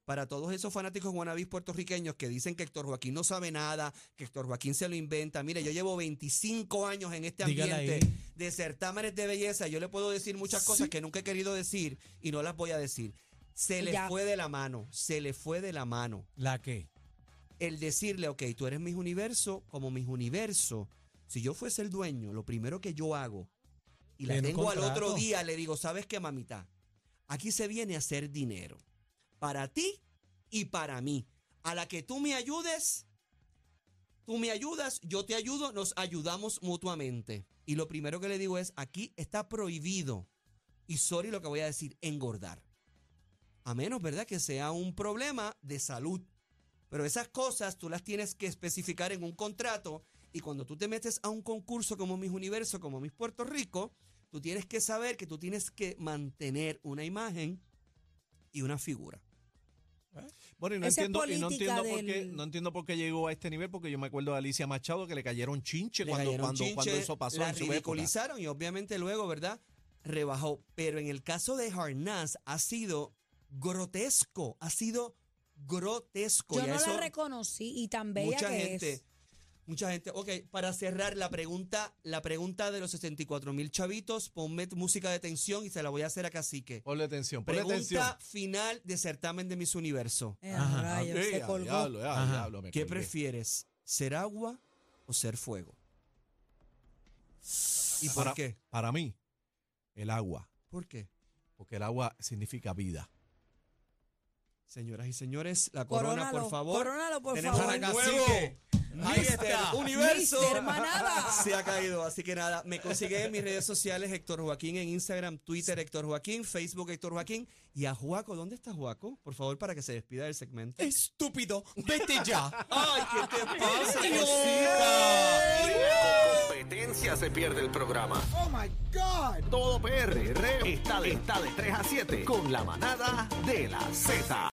Speaker 5: Para todos esos fanáticos guanabis puertorriqueños que dicen que Héctor Joaquín no sabe nada, que Héctor Joaquín se lo inventa. Mire, yo llevo 25 años en este
Speaker 4: Dígale
Speaker 5: ambiente
Speaker 4: ahí.
Speaker 5: de certámenes de belleza. Yo le puedo decir muchas cosas que nunca he querido decir y no las voy a decir. Se le
Speaker 6: Ya.
Speaker 5: fue de la mano, se le fue de la mano.
Speaker 4: ¿La qué?
Speaker 5: El decirle, ok, tú eres mis universo, como mis universo. Si yo fuese el dueño, lo primero que yo hago, y la
Speaker 4: Tiene un
Speaker 5: tengo al
Speaker 4: contrato.
Speaker 5: otro día, le digo, ¿sabes qué, mamita? Aquí se viene a hacer dinero. Para ti y para mí. A la que tú me ayudes, tú me ayudas, yo te ayudo, nos ayudamos mutuamente. Y lo primero que le digo es, aquí está prohibido. Y sorry lo que voy a decir, engordar. A menos, ¿verdad? Que sea un problema de salud. Pero esas cosas tú las tienes que especificar en un contrato y cuando tú te metes a un concurso como Mis Universo, como Mis Puerto Rico, tú tienes que saber que tú tienes que mantener una imagen y una figura.
Speaker 3: Bueno, y no
Speaker 6: Esa es
Speaker 3: entiendo, y no
Speaker 6: política
Speaker 3: entiendo por qué,
Speaker 6: del-
Speaker 3: no entiendo por qué llegó a este nivel, porque yo me acuerdo de Alicia Machado que le cayeron chinche
Speaker 5: Le
Speaker 3: cuando,
Speaker 5: cayeron
Speaker 3: cuando,
Speaker 5: chinche,
Speaker 3: cuando eso pasó
Speaker 5: la
Speaker 3: en su época.
Speaker 5: ridiculizaron y obviamente luego, ¿verdad? Rebajó. Pero en el caso de Harnas ha sido grotesco, ha sido grotesco.
Speaker 6: yo
Speaker 5: Y a
Speaker 6: no
Speaker 5: eso-
Speaker 6: la reconocí y tan bella
Speaker 5: mucha
Speaker 6: que
Speaker 5: gente,
Speaker 6: es.
Speaker 5: mucha gente. Ok, para cerrar la pregunta, la pregunta de los 64 mil chavitos, ponme tu música de tensión y se la voy a hacer a Cacique.
Speaker 3: Ponle atención, ponle atención.
Speaker 5: Pregunta final de certamen de Miss Universo.
Speaker 6: Eh,
Speaker 4: Ajá.
Speaker 6: rayos,
Speaker 3: Ah,
Speaker 6: se
Speaker 3: ya,
Speaker 6: colgó.
Speaker 3: diablo, ya,
Speaker 4: Ajá.
Speaker 3: diablo, me
Speaker 5: ¿Qué
Speaker 3: colgué.
Speaker 5: prefieres, ser agua o ser fuego? ¿Y
Speaker 3: Para-
Speaker 5: por qué?
Speaker 3: Para mí, el agua,
Speaker 5: ¿Por qué?
Speaker 3: porque el agua significa vida.
Speaker 5: Señoras y señores, la corona,
Speaker 6: Corónalo,
Speaker 5: por favor.
Speaker 6: corónalo, por
Speaker 5: Tenemos
Speaker 6: favor.
Speaker 5: a
Speaker 7: Nuevo.
Speaker 5: Cacique.
Speaker 7: Ahí
Speaker 5: Mister
Speaker 7: está.
Speaker 5: Universo.
Speaker 6: Mister Manada.
Speaker 5: Se ha caído, así que nada, me consigue en mis redes sociales Héctor Joaquín en Instagram, Twitter Héctor Joaquín, Facebook Héctor Joaquín y a Juaco, ¿dónde está Juaco? Por favor, para que se despida del segmento.
Speaker 7: Estúpido, vete ya.
Speaker 5: Ay, ¿qué te pasa,
Speaker 7: Dios.
Speaker 1: competencia se pierde el programa. Oh my God. Todo PR está de, está de 3 a 7 con la manada de la Z.